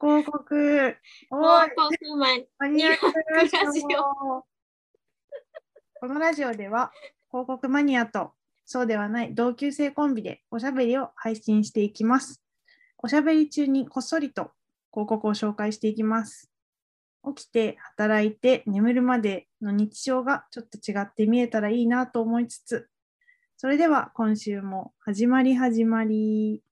広告。お広い、告マン。マニアックラ ジオラジこのラジオでは広告マニアとそうではない同級生コンビでおしゃべりを配信していきます。おしゃべり中にこっそりと広告を紹介していきます。起きて働いて眠るまでの日常がちょっと違って見えたらいいなと思いつつ、それでは今週も始まり始まり。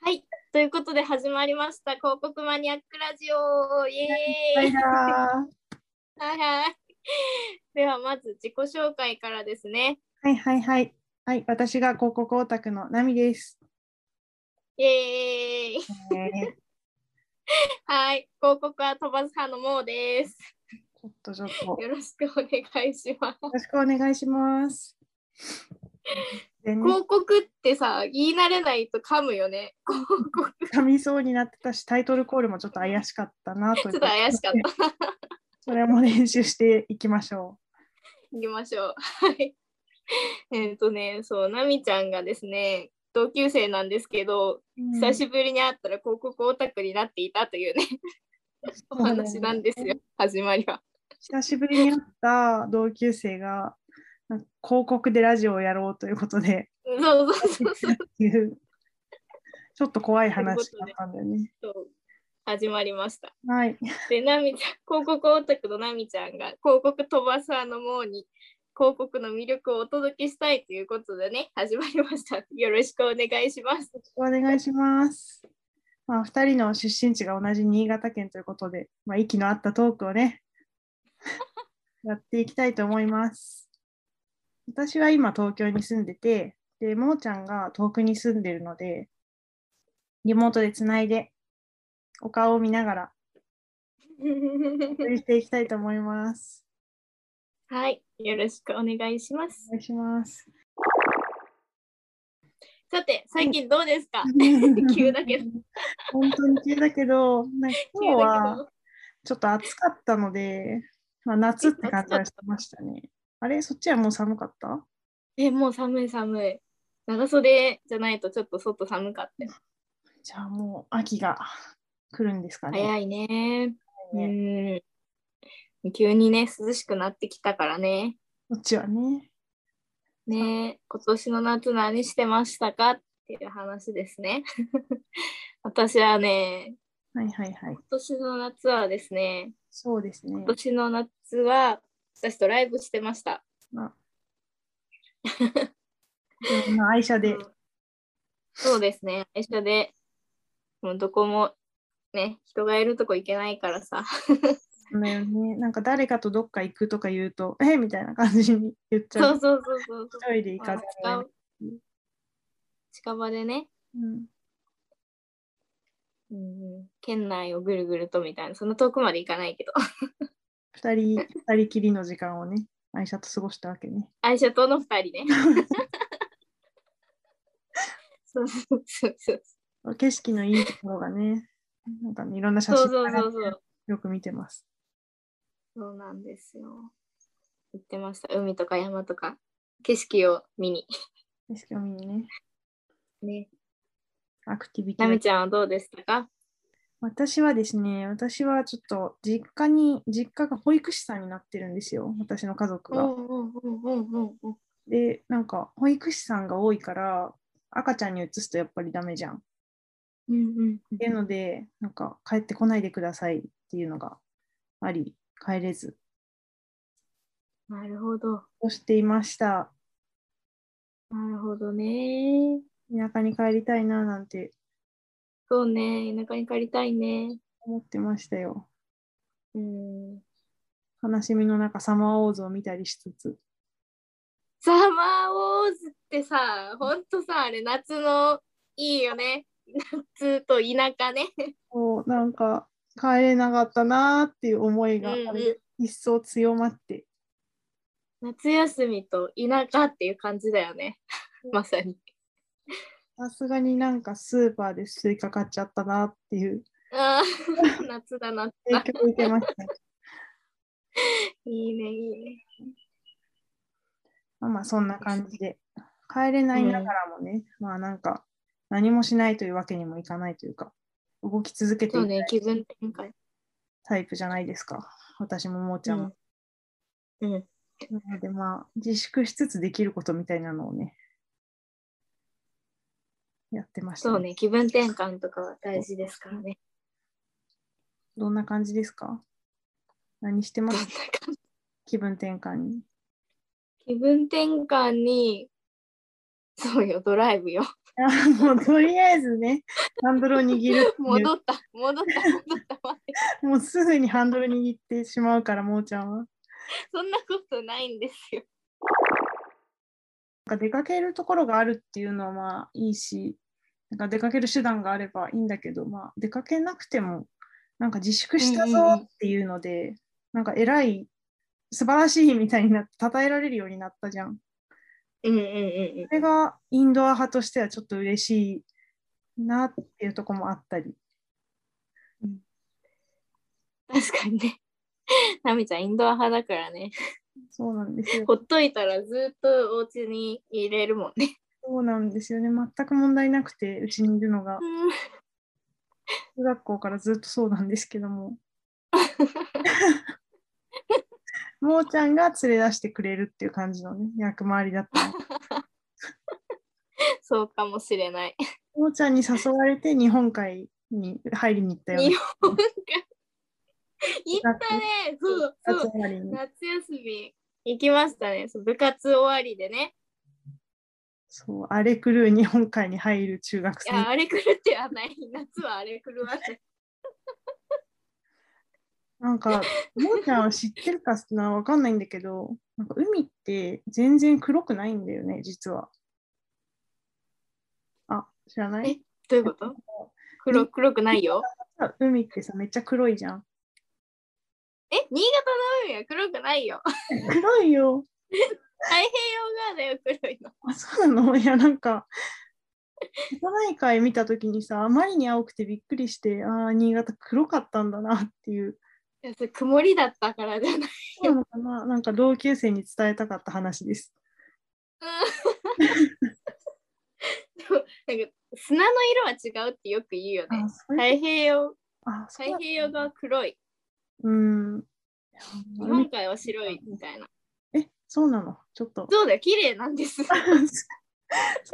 はい。ということで始まりました広告マニアックラジオ。イエーイ。 ははいはい。ではまず自己紹介からですね。いはいはい。はい、私が広告オタクのナミです。イエーイ。ねはい。広告は飛ばず派のモーです。ちょっとちょっと、よ よろしくお願いします。ろしくお願いします。でね、広告ってさ、言い慣れないと噛むよね。広告噛みそうになってたし、タイトルコールもちょっと怪しかったなとちいょうっと怪しかっことで。た。 それも練習していきましょ行きましょう。はい。えっとね、そう、なみちゃんがですね、同級生なんですけど、う。久しぶりに会ったら広告オタクになっていたというね、お話なんですよ、始まりは。久しぶりに会った同級生が、なんか広告でラジオをやろうということで、そうそうそうそういうちょっと怖い話だったんだよね。そう。始まりました。はい。で、なみちゃん、広告オタクのなみちゃんが、広告飛ばすあのもうに、広告の魅力をお届けしたいということでね、始まりました。よろしくお願いし ます。お願いします。まあ、2人の出身地が同じ新潟県ということで、まあ、息の合ったトークを ね、やっていきたいと思います。私は今東京に住んでて、で、もーちゃんが遠くに住んでるので、リモートでつないで、お顔を見ながら、お送りしていきたいと思います。はい、よろしくお願いしますお。願いします。さて、最近どうですか、 急だけど。本当に急だけど、なんか今日は 急だちょっと暑かったので、まあ、夏って感じはしてましたね。あれそっちはもう寒かったけどえ、もう寒い寒い。長袖じゃないとちょっと外寒かったよ。じゃあもう秋が来るんですかね。早いね。ねうん。急にね、涼しくなってきたからね。こっちはね。ね今年の夏何してましたかっていう話ですね。 私はね、はいはいはい。今年の夏はですね、そうですね今。年の夏は私とライブしてました。まあ愛車でう。んそうですね、会社で、もうどこもね、人がいるとこ行けないからさ、だよね。なんか誰かとどっか行くとか言うと、えみたいな感じに言っちゃ。そううそうそうそうそう一人で行かずまあ近うん近場でね、うん。うん、県内をぐるぐるとみたいな、そんな遠くまで行かないけど、 二人、二人きりの時間をね、愛車と過ごしたわけね。愛車との2人ね。 そうそうそうそう景色のいいところがね、なんかね、いろんな写そう真そうからそうそうよく見てます。そうなんですよ。行ってました、海とか山とか、景色を見に。景色を見にね、ね、アクティビティなをみちゃんはどうでしたか私はですね、私はちょっと実家に、実家が保育士さんになってるんですよ、私の家族が。で、なんか保育士さんが多いから、赤ちゃんに移すとやっぱりダメじゃん。っでていうので、なんか帰ってこないでくださいっていうのがあり、帰れず、なるほど。をしていました。なるほどね。田舎に帰りたいななんてそうね。田舎に帰りたいね。思ってましたよ。うん。悲しみの中、サマーオーズを見たりしつつ。サマーウォーズってさ、ほんとさ、あれ、夏のいいよね。夏と田舎ね。こうなんか帰れなかったなーっていう思いが、うんうん一層強まって。夏休みと田舎っていう感じだよね。まさに。さすがになんかスーパーでスイカ買っちゃったなって いうあ あ、夏だ、夏だ。影響を受けました。いいね、いいね。まあまあそんな感じで、帰れないながらもね、まあなんか何もしないというわけにもいかないというか、動き続けてそういねる、気分転換。タイプじゃないですか、私ももーちゃんも。うん。うんなのでまあ自粛しつつできることみたいなのをね、やってました、そうね、気分転換とかは大事ですからね。どんな感じですか何してまどんな す感じ気分転換に。気分転換に、そうよ、ドライブよ。あもうとりあえずね、ハンドルを握るっていう戻った、戻った、戻った。待ってもうすぐにハンドル握ってしまうから、もーちゃんは。そんなことないんですよ。なんか出かけるところがあるっていうのはまあいいし、なんか出かける手段があればいいんだけど、まあ、出かけなくても、なんか自粛したうんうんうんぞっていうので、なんか偉い、素晴らしいみたいになって、称えられるようになったじゃん。うんうんうんうんそ。れがインドア派としてはちょっと嬉しいなっていうところもあったり。 確かにね。ナミちゃん、インドア派だからね。そうなんですよ。ほっといたらずっとお家に入れるもんね。 そうなんですよね。全く問題なくて、うちにいるのが。中学校からずっとそうなんですけど も。 もーちゃんが連れ出してくれるっていう感じのね、役回りだったの。そうかもしれない。もーちゃんに誘われて日本海に入りに行ったよね日。本が行った ね。そう夏そう。終わりに。夏休み行きましたね。そう部活終わりでね。そう、荒れ狂う日本海に入る中学い生。や、あれ狂ってはない。夏はあれ狂わない。なんか、もーちゃんは知ってるかなわかんないんだけど、なんか海って全然黒くないんだよね、実は。あ、知らない どういうこと黒黒くないよ。海ってさ、めっちゃ黒いじゃん。 え、新潟の海は黒くないよ。黒いよ。太平洋側だよ、黒いの。あ、そうなのいや、なんか、瀬戸内海見たときにさ、あまりに青くてびっくりして、ああ、新潟黒かったんだなっていう、いやそれ曇りだったからじゃない。そうなのかな、なんか同級生に伝えたかった話です。 うんなんか砂の色は違うってよく言うよね。あ、そういう太平洋あそう太平洋側黒い、うん。日本海は白いみたいな。え、そうなのちょっと。 そうだよ、綺麗なんです。 そ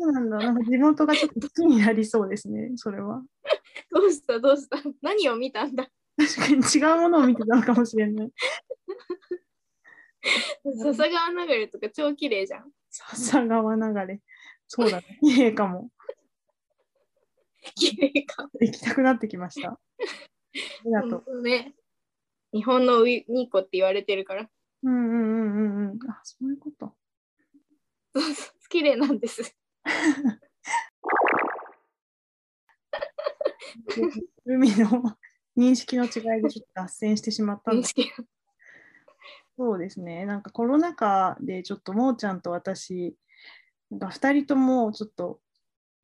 うなんだ。なんか地元がちょっと好きになりそうですね、それは。どうしたどうした何を見たんだ確かに違うものを見てたのかもしれない。笹川流れとか超綺麗じゃん。 笹川流れ。そうだね。綺麗かも。綺麗か。行きたくなってきました。ありがとう。ね。日本のウイニコって言われてるから。 うんうんうんうんうん。あ、そういうこと。そうそう綺麗なんです。海の認識の違いでちょっと脱線してしまったん認です識 そうですね。なんかコロナ禍でちょっともーちゃんと私、なんか2人ともちょっと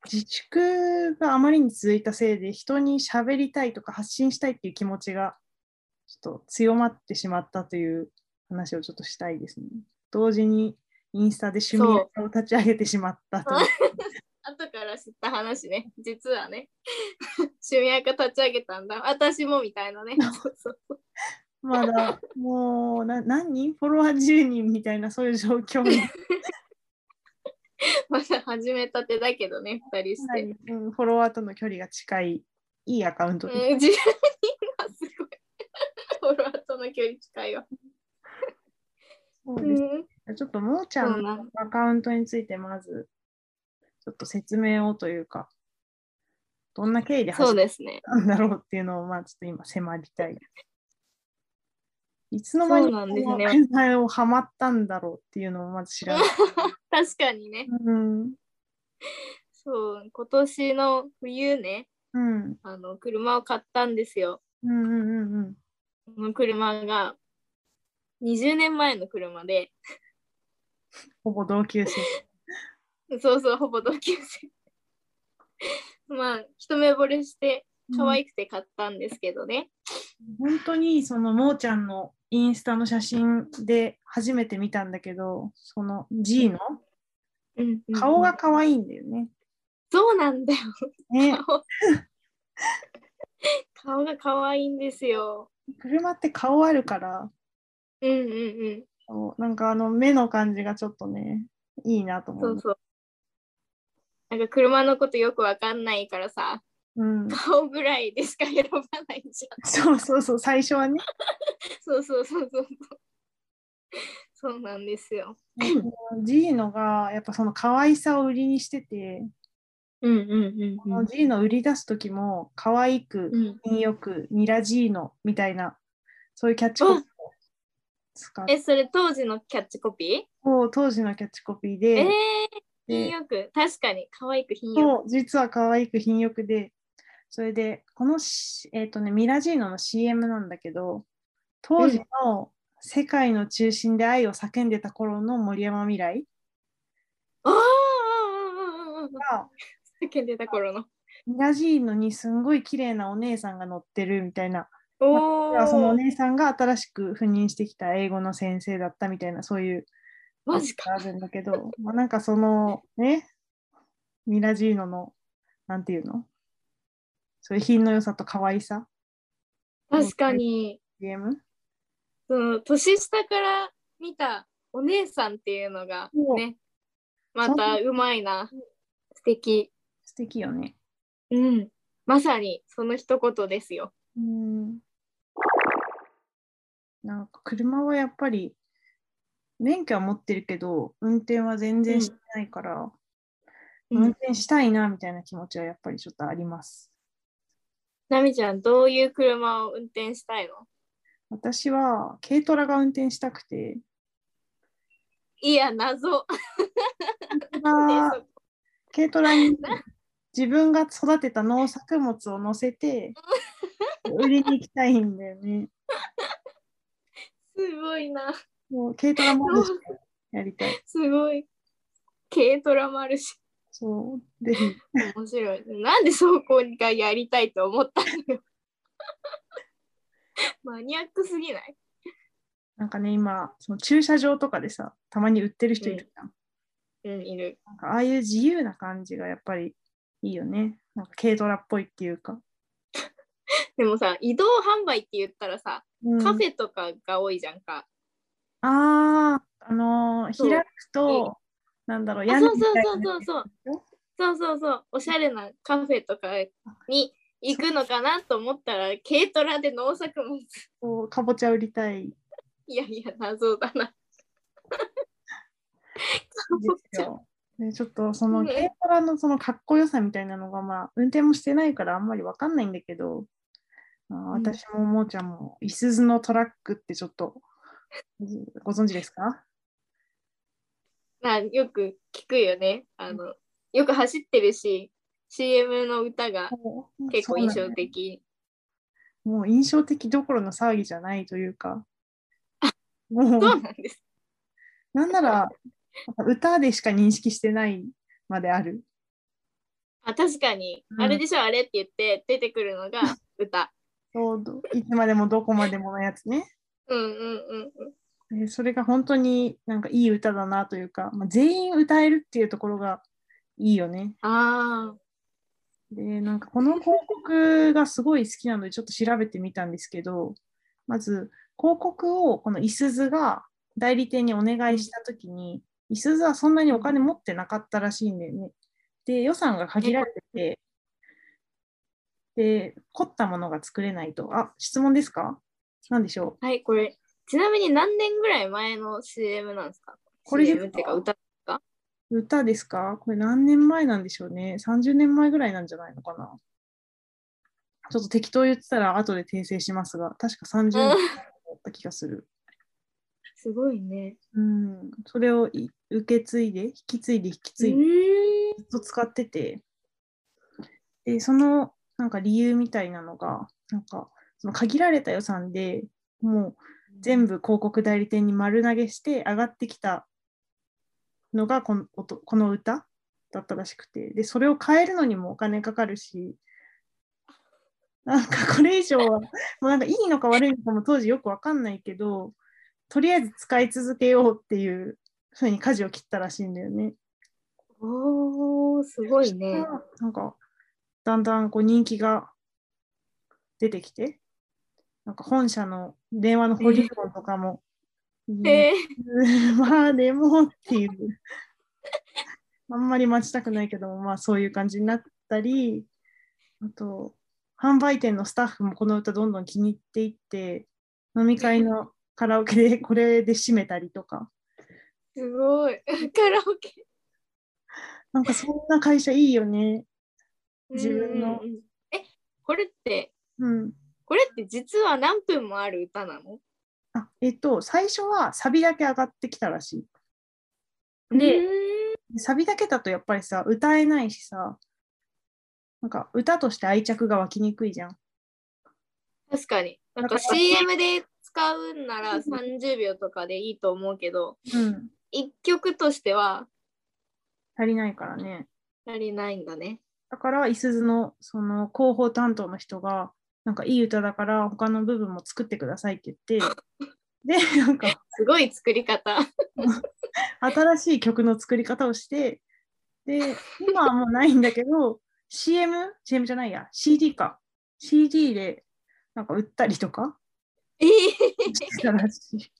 自粛があまりに続いたせいで人に喋りたいとか発信したいっていう気持ちがちょっと強まってしまったという話をちょっとしたいですね。同時にインスタで趣味を立ち上げてしまったという。後から知った話ね。実はね。 趣味垢立ち上げたんだ。私もみたいなね。そうそうまだもうな何人フォロワー10人みたいなそういう状況に まだ始めたてだけどね、二人しかて。な りうんフォロワーとの距離が近いいいアカウントです。うん、自分にはすご い。フォロワーとの距離近いわ。そうですちょっともーちゃそうんのなのアカウントについてまずちょっと説明をというかどんな経緯でそ始うめですね。たんだろうっていうのをまあちょっと今迫りたい。いつの間そうになんですこのね。連載をハマったんだろうっていうのをまず知 らない。確かにね。うんそう、今年の冬ね、うんあの、車を買ったんですよ。うんうんうんうんこの車が、20年前の車で、ほぼ同級生。そうそう、ほぼ同級生。 まあ、一目惚れして、可愛くて買ったんですけどね。本当にそのもーちゃんのインスタの写真で初めて見たんだけど、その G のうんうん顔が可愛いんだよね。そうなんだよ。ね、顔 顔が可愛いんですよ。車って顔あるから、うんうんうん。そうなんかあの目の感じがちょっとね、いいなとそ思う。うそう。なんか車のことよくわかんないからさ、うん、顔ぐらいでしか選ばないじゃん。そうそうそう、最初 はね。そうそうそうそう。そうなんですよ。ジーノがやっぱその可愛さを売りにしてて、うんうんこのジーノを売り出す時も可愛く、うん。品よく、ニラジーノみたいな、そういうキャッチコピーを使っえ、それ当時のキャッチコピそう当時のキャッチコピーーえーで、、品でよく。確かに、可愛く品よそう実は可愛く品よくで、それで、このし、えっとね、ミラジーノの CM なんだけど、当時の世界の中心で愛を叫んでた頃の森山未来く。あーあーあーあーあーが、叫んでた頃の。ミラジーノにすんごい綺麗なお姉さんが乗ってるみたいなおだからそのおお、姉さんが新しく赴任してきた英語の先生だったみたいなそういうマジか。あるんだけど、まあ、なんかそのねミラジーノのなんていうのそういう品の良さと可愛さ確かに、 CM その年下から見たお姉さんっていうのがそうね、またうまいな。素敵。素敵よねうん。まさにその一言ですよ。うんなんか車はやっぱり免許は持ってるけど運転は全然してないから、うん運転したいなみたいな気持ちはやっぱりちょっとありますなみちゃん、どういう車を運転したいの私は軽トラが運転したくていや、謎。あー軽トラに自分が育てた農作物を乗せて売りに行きたいんだよね。すごいな。もう軽トラもやりたい。すごい。軽トラもあるし、そう。ぜひ。面白い。なんで走行がやりたいと思ったのよ。 マニアックすぎないなんかね、今、その駐車場とかでさ、たまに売ってる人いるじゃん。うん、いる。なんかああいう自由な感じがやっぱりいいよね。なんか軽トラっぽいっていうか。でもさ、移動販売って言ったらさ、うんカフェとかが多いじゃんか。ああ、あのーそう開くと、なんだろう、あ、屋根そうみそうたいそうなそうそう。そうそうそう。おしゃれなカフェとかに行くのかなと思ったら、軽トラで農作物。そうかぼちゃ売りたい。いやいや、謎だな。 ですよ。でちょっとそのうん軽トラのそのかっこよさみたいなのがまあ運転もしてないからあんまりわかんないんだけど、まあ、うん私ももーちゃんもいすゞのトラックってちょっとご存知ですかまあ、よく聞くよね。あの、よく走ってるし、CM の歌が結構印そう象なの的。もう印象的どころの騒ぎじゃないというか もうそうなんです。なんなら歌でしか認識してないまであるあ確かに、うんあれでしょ、あれって言って出てくるのが歌。そうどいつまでもどこまでものやつねうんうんうんうん。でそれが本当になんかいい歌だなというか、まあ、全員歌えるっていうところがいいよね。ああ、でなんかこの広告がすごい好きなのでちょっと調べてみたんですけどまず広告をこのいすゞが代理店にお願いした時にいすゞはそんなにお金持ってなかったらしいんだよね。で予算が限られててで凝ったものが作れないと。あ質問ですか何でしょうはい、これ。ちなみに何年ぐらい前の CM なんですかこれですか CM っていうか歌。歌ですかこれ何年前なんでしょうね。30年前ぐらいなんじゃないのかな。ちょっと適当言ってたら後で訂正しますが、確か30年だうんった気がする。 すごいね。うん、それをい受け継いで、引き継いで、引きう継いで、ーん。ずっと使ってて、で、そのなんか理由みたいなのが、なんかその限られた予算でもう全部広告代理店に丸投げして上がってきたのがこの音この歌だったらしくてでそれを変えるのにもお金かかるしなんかこれ以上は、も うなんかいいのか悪いのかも当時よくわかんないけど、とりあえず使い続けようっていうふうに舵を切ったらしいんだよね。おー、すごいね。なんか、だんだんこう人気が出てきて、なんか本社の電話の保留音とかも、えうん まあでもっていう、あんまり待ちたくないけども、まあそういう感じになったり、あと、販売店のスタッフもこの歌どんどん気に入っていって、飲み会のカラオケでこれで締めたりとか、ー、すごい。 カラオケ。なんかそんな会社いいよね。 自分のうんうんうん。え、これって、うん。これって実は何分もある歌なのあ、えっと、最初はサビだけ上がってきたらしい。で、で、サビだけだとやっぱりさ、歌えないしさ、なんか歌として愛着が湧きにくいじゃん。確かに。なんだかから CM で使うんなら30秒とかでいいと思うけど、うん、 1曲としては足りないからね。足りないんだね。だから、いすゞのその広報担当の人が、なんかいい歌だから他の部分も作ってくださいって言って、で、なんかすごい作り方。新しい曲の作り方をして、で、今はもうないんだけど、CM?CM じゃないや、CD か。CD でなんか売ったりとかえーしてたらしい。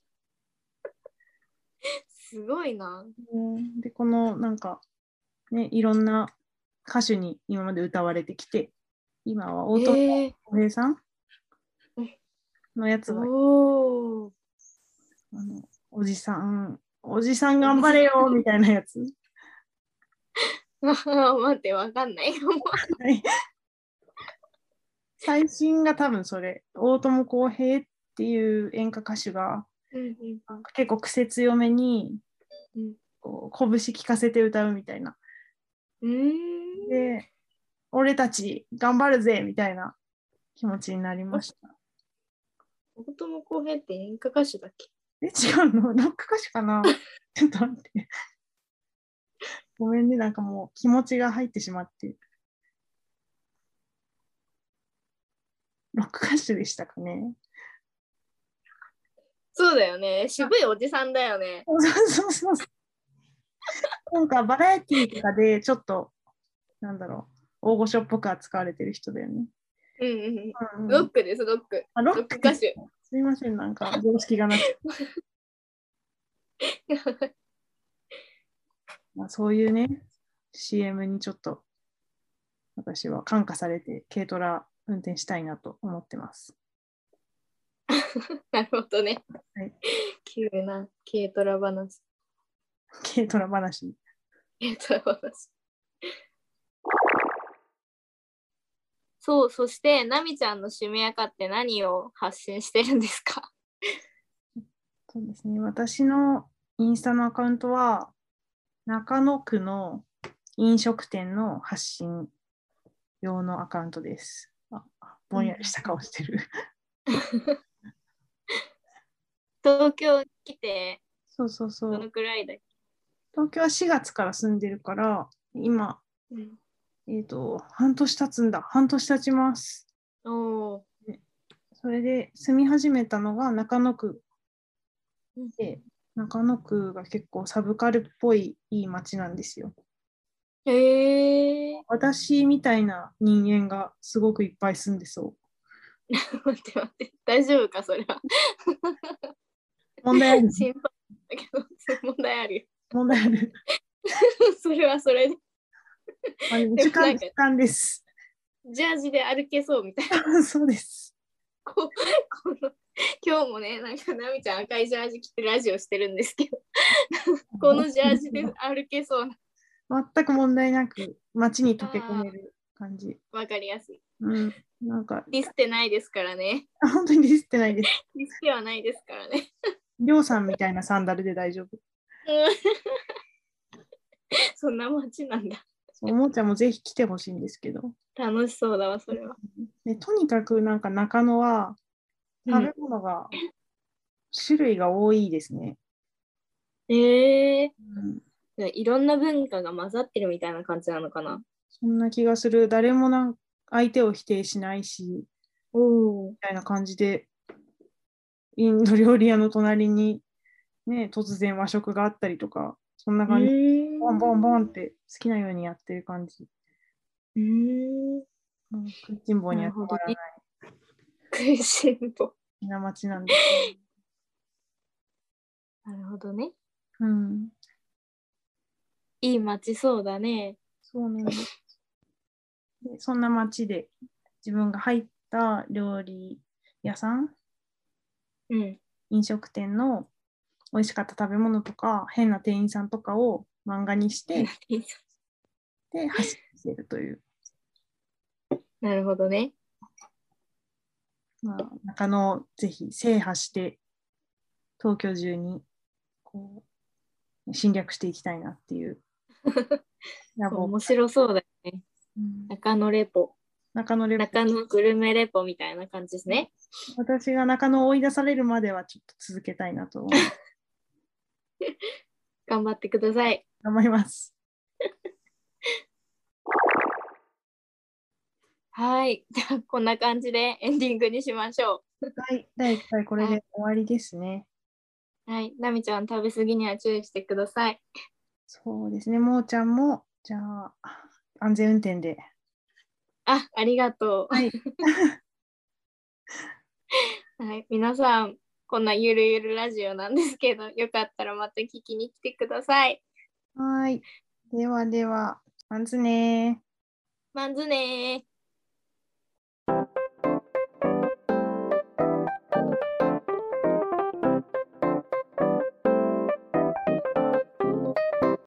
すごいな。うんで、このなんか、ね、いろんな歌手に今まで歌われてきて、今はえ大友ー、小平さんうんのやつがおー。あのおじさん、おじさん頑張れよみたいなや つ。待って、わかん ない。はい最新が多分それ、大友康平っていう演歌歌手が結構癖強めにうんこう拳聞かせて歌うみたいな。うーん。で、俺たち頑張るぜみたいな気持ちになりました。大友康平って演歌歌手だっけえ、違うのなんか歌手かな ちょっと待って。ごめんね、なんかもう気持ちが入ってしまって。ロック歌手でしたかね。そうだよね。渋いおじさんだよね。そうそうそうそう。なんかバラエティーとかでちょっと、なんだろう、大御所っぽく扱われてる人だよね。うんうんうん。うんロックです、ロック。あロロック歌手。手。 すみません、なんか常識がなくて。まあ、そういうね、CM にちょっと私は感化されて軽トラ運転したいなと思ってます。 なるほどね。はい急な軽トラ話。軽トラ話。軽トラ話。そう、そして、ナミちゃんの趣味やかって何を発信してるんですか そうですね、私のインスタのアカウントは中野区の飲食店の発信用のアカウントです。あぼんやりした顔してる。東京に来て、 そうそうそどうの。くらいだっけ、東京は4月から住んでるから、今、うんえっ、と、半年経つんだ。半年経ちます。おーそれで住み始めたのが中野区うんで、中野区が結構サブカルっぽいいい街なんですよ。へえー。私みたいな人間がすごくいっぱい住んでそう。待って待って。大丈夫かそれは。問題あ る。心配だけど、問題あるよ。 問題ある。それはそれで。あれも時な間んか時間です。 ジャージで歩けそうみたいな。そうです。こうこの今日もね、なんか、なみちゃん赤いジャージ着てラジオしてるんですけど、このジャージで歩けそうな。全く問題なく街に溶け込める感じ。わかりやすい。うん。なんか、ディスってないですからね。あ本当にディスってないです。ディスってはないですからね。 りょうさんみたいなサンダルで大丈夫。うんそんな街なんだ。そうおもちゃもぜひ来てほしいんですけど。楽しそうだわ、それは。でとにかくなんか中野は食べ物が種類が多いですね。ええうんいろんな文化が混ざってるみたいな感じなのかな。そんな気がする。誰もなん相手を否定しないし、おおみ。たいな感じで、インド料理屋の隣に、ね、突然和食があったりとか、そんな感じで、ボンボンボンって好きなようにやってる感じ。うん。もう食いしん坊にはたまらない。食いしん坊。みんな町なんで。なるほどね。うん。いい街そうだね。そうなんです。でそんな町で自分が入った料理屋さん、 うん。飲食店の美味しかった食べ物とか、変な店員さんとかを漫画にして、で、走ってるという、なるほどね。まあ、中野をぜひ制覇して、東京中にこう侵略していきたいなって いう野望。面白そうだよね。うん中野レポ。中野レポ中野グルメレポみたいな感じですね。私が中野を追い出されるまではちょっと続けたいな と思う頑張ってください。頑張ります。はい。 じゃあ、こんな感じでエンディングにしましょはい、第1回これで終わりですね。う。はい。なみちゃん、食べ過ぎには注意してください。そうですね、もーちゃんも、じゃあ、安全運転で。あ、ありがとはい、う。はい。皆さん、こんなゆるゆるラジオなんですけど、よかったらまた聞きに来てください。はいではでは、まずねー。まずねー。